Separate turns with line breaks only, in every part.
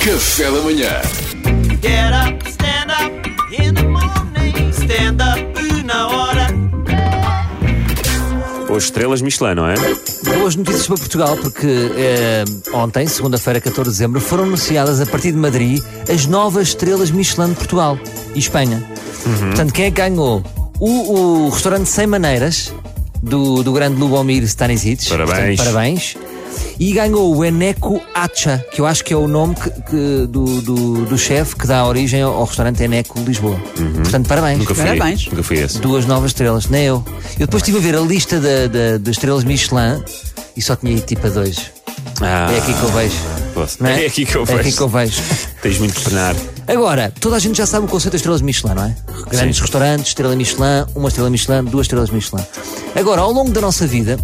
Café da manhã.
Get up, stand up in the morning. Stand up na hora.
Hoje estrelas Michelin, não é?
Boas notícias para Portugal, porque eh, ontem, segunda-feira, 14 de dezembro, foram anunciadas a partir de Madrid as novas estrelas Michelin de Portugal e Espanha.
Uhum.
Portanto, quem é que ganhou? O, o restaurante Sem Maneiras, do, do grande Lubomir Stanisic.
Parabéns.
Portanto, parabéns. E ganhou o Eneco Acha, que eu acho que é o nome que- que- do, do, do chefe que dá origem ao, ao restaurante Eneco Lisboa. Portanto, parabéns.
Uhum. Nunca fui.
Parabéns.
Nunca fui esse.
Duas novas estrelas, nem eu. Eu depois estive a ver a lista da- da- das estrelas Michelin e só tinha aí tipo a dois.
Ah,
É aqui que eu vejo.
posso.
não
É aqui que eu
É aqui
vejo.
que eu vejo.
Tens muito que penar.
Agora, toda a gente já sabe o conceito das estrelas Michelin, não é? Grandes
Sim.
restaurantes, estrela Michelin, uma estrela Michelin, duas estrelas Michelin. Agora, ao longo da nossa vida,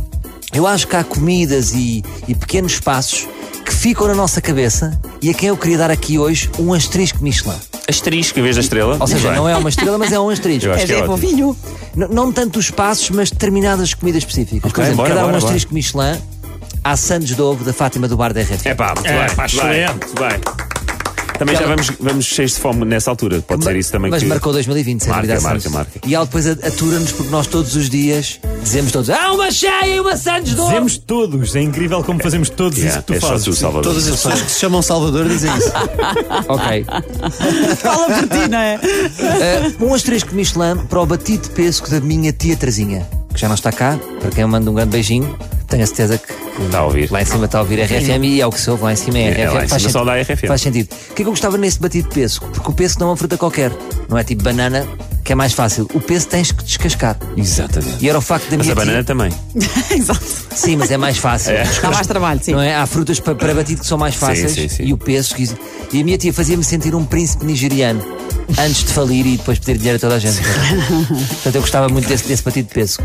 eu acho que há comidas e, e pequenos passos que ficam na nossa cabeça e a quem eu queria dar aqui hoje um asterisco Michelin.
Asterisco em vez da estrela.
Ou seja,
Muito
não
bem.
é uma estrela, mas é um asterisco.
Eu acho que
É,
é
é
ótimo.
fofinho.
N- não tanto os passos, mas determinadas comidas específicas.
Ok,
Por exemplo,
bora,
quero dar
bora,
um
bora.
asterisco Michelin à Sandes de Ovo da Fátima do Bar da RF.
É pá, muito
É,
bem.
pá,
muito bem,
excelente.
muito bem. Também já vamos, vamos cheios de fome nessa altura. Pode ser isso também
Mas
que...
marcou 2020, sem
Marca,
dúvida. a
marca,
Sandes.
marca.
E ela depois a- atura-nos porque nós todos os dias dizemos todos: Há uma cheia e uma Sandes de Ovo!
Fazemos todos, é incrível como fazemos todos
Yeah,
isso que
é
tu
só tu,
fazes.
Salvador.
Todas as pessoas que se chamam Salvador dizem isso.
Ok.
Fala por ti, não é?
Uh, um asterisco Michelin para o batido de pesco da minha tia Trazinha, que já não está cá. Para quem eu mando um grande beijinho, tenho a certeza que
Está a ouvir.
lá em cima está a ouvir a RFM e é o que se ouve lá em cima. É,
É,
RFM.
lá em
Faz
cima só
sentido.
dá RFM.
Faz sentido. O que é que eu gostava nesse batido de pesco? Porque o pesco não é uma fruta qualquer. Não é tipo banana, que é mais fácil. O pesco tens que descascar.
Exatamente.
E era o facto da
Mas
minha
a banana
tia...
também.
Exato.
Sim, mas é mais fácil.
Dá mais trabalho, sim.
Não é? Há frutas pa- para, batido que são mais fáceis
sim, sim.
e o peso. que isso- E a minha tia fazia-me sentir um príncipe nigeriano antes de falir e depois pedir dinheiro a toda a gente. Portanto, eu gostava muito desse, desse batido de peso.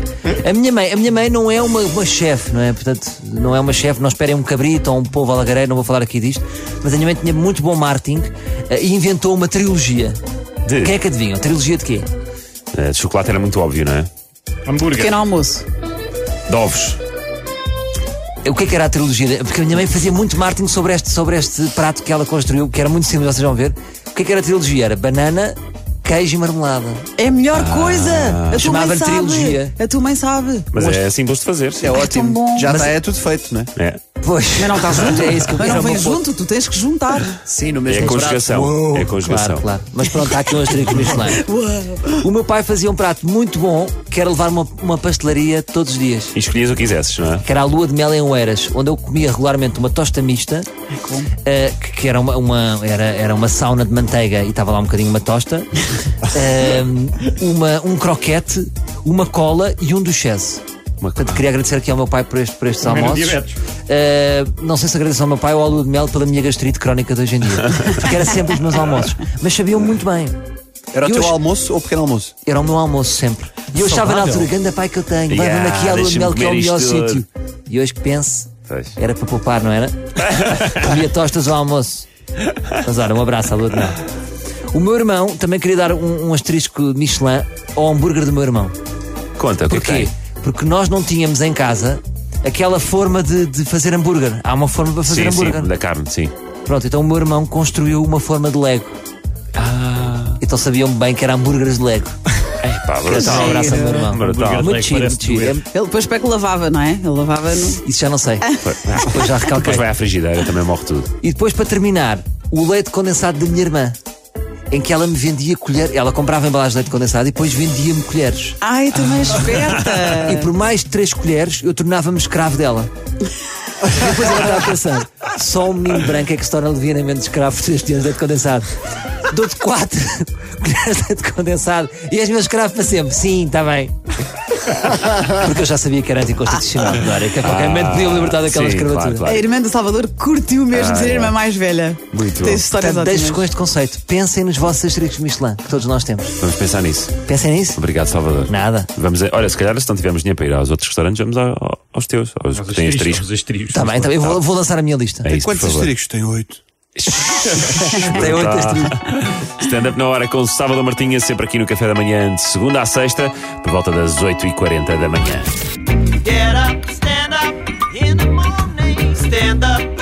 A minha mãe, a minha mãe não é uma, uma chefe, não é? Portanto, não é uma chefe, não esperem um cabrito ou um povo alagareiro, não vou falar aqui disto, mas a minha mãe tinha muito bom marketing eh, e inventou uma trilogia.
De-
Quem é que adivinham? Trilogia de quê?
Eh, de chocolate era muito óbvio, não é?
Hambúrguer.
Pequeno almoço.
De ovos.
O que é que era a trilogia? Porque a minha mãe fazia muito marketing sobre este, sobre este prato que ela construiu, que era muito simples, vocês vão ver. O que é que era a trilogia? Era banana, queijo e marmelada.
É a melhor coisa. A tua
Chamava-lhe
mãe sabe.
trilogia.
A tua mãe sabe.
Mas é simples de fazer.
É
tão bom.
ótimo. Já
Mas-
está, é tudo feito, não é?
É.
Pois.
Mas não está junto.
É isso que eu
Mas
quero.
não vem
Uma boa-
junto, tu tens que juntar.
Sim, no
É
mesmo
a
prato.
conjugação. É a
Claro,
conjugação.
claro. Mas pronto, há aqui um asterisco Michelin. O meu pai fazia um prato muito bom, que era levar uma, uma pastelaria todos os dias.
E escolhias o que quisesses, não é?
Que era a lua de mel em Oeiras, onde eu comia regularmente uma tosta mista, eh, que, que era, uma, uma- era, era uma sauna de manteiga e estava lá um bocadinho uma tosta, eh, uma, um croquete, uma cola e um duchesse.
Uma-
Portanto, queria agradecer aqui ao meu pai por, este, por estes
Primeiro
almoços.
diabetes.
Eh, não sei se agradeço ao meu pai ou à lua de mel pela minha gastrite crónica de hoje em dia, porque era sempre os meus almoços. Mas sabiam muito bem.
Era o
Eu
teu
ach-
almoço ou pequeno almoço?
Era o meu almoço sempre. E eu achava na
Saudável.
altura, ganda pai que eu tenho, vai
Yeah,
me aqui à lua de
deixa-me
mel que é o
comer
melhor
isto
sítio.
tudo.
E hoje que penso,
Pois.
era para poupar, não era? Comia tostas ao almoço. Mas ora, um abraço à lua de mel. O meu irmão também queria dar um, um asterisco Michelin ao hambúrguer do meu irmão.
Conta, o que é que
Porquê?
tem?
Porque nós não tínhamos em casa aquela forma de, de fazer hambúrguer. Há uma forma para fazer
Sim,
hambúrguer.
sim, da carne, sim.
Pronto, então o meu irmão construiu uma forma de Lego.
Ah.
Então sabiam bem que era hambúrgueres de Lego.
É pá,
Então, um
brutal.
abraço ao meu irmão.
Brutal.
Muito
Lego
giro,
parece
muito giro.
doer.
É-
Ele depois pega que lavava, não é? Ele lavava no.
Isso já não sei. Depois já recalquei.
Depois vai à frigideira, também morre tudo.
E depois, para terminar, o leite condensado da minha irmã. Em que ela me vendia colher, ela comprava embalagens de leite condensado e depois vendia-me colheres.
Ai, tu és esperta.
E por mais de três colheres eu tornava-me escravo dela. E depois ela estava a pensar: só um menino branco é que se torna levianamente escravo por três dias de leite condensado. Dou-te quatro colheres é de leite condensado e és meu escravo para sempre. Sim, está bem. Porque eu já sabia que era anticonstitucional, claro, é que a qualquer momento podia libertar daquela
sim,
escravatura.
claro, claro.
A irmã do Salvador curtiu mesmo ser a irmã mais velha.
Muito bom.
Tens histórias
Portanto, deixo-vos com
ótimas.
este conceito. Pensem nos vossos asteriscos Michelin, que todos nós temos.
Vamos pensar nisso.
Pensem nisso?
Obrigado, Salvador.
Nada.
Vamos a- olha, se calhar se não tivermos dinheiro para ir aos outros restaurantes, vamos ao- ao- aos teus, aos que têm asterisco.
Os asteriscos.
Tá bem, tá bem. Eu vou, vou lançar a minha lista.
É isso, por
Quantos
favor.
asteriscos? Tem oito.
Tem oito asteriscos.
Stand-up na hora com o Sábado Martinha, sempre aqui no Café da Manhã, de segunda à sexta, por volta das 8h40 da manhã.
Get up, stand up in the morning. Stand up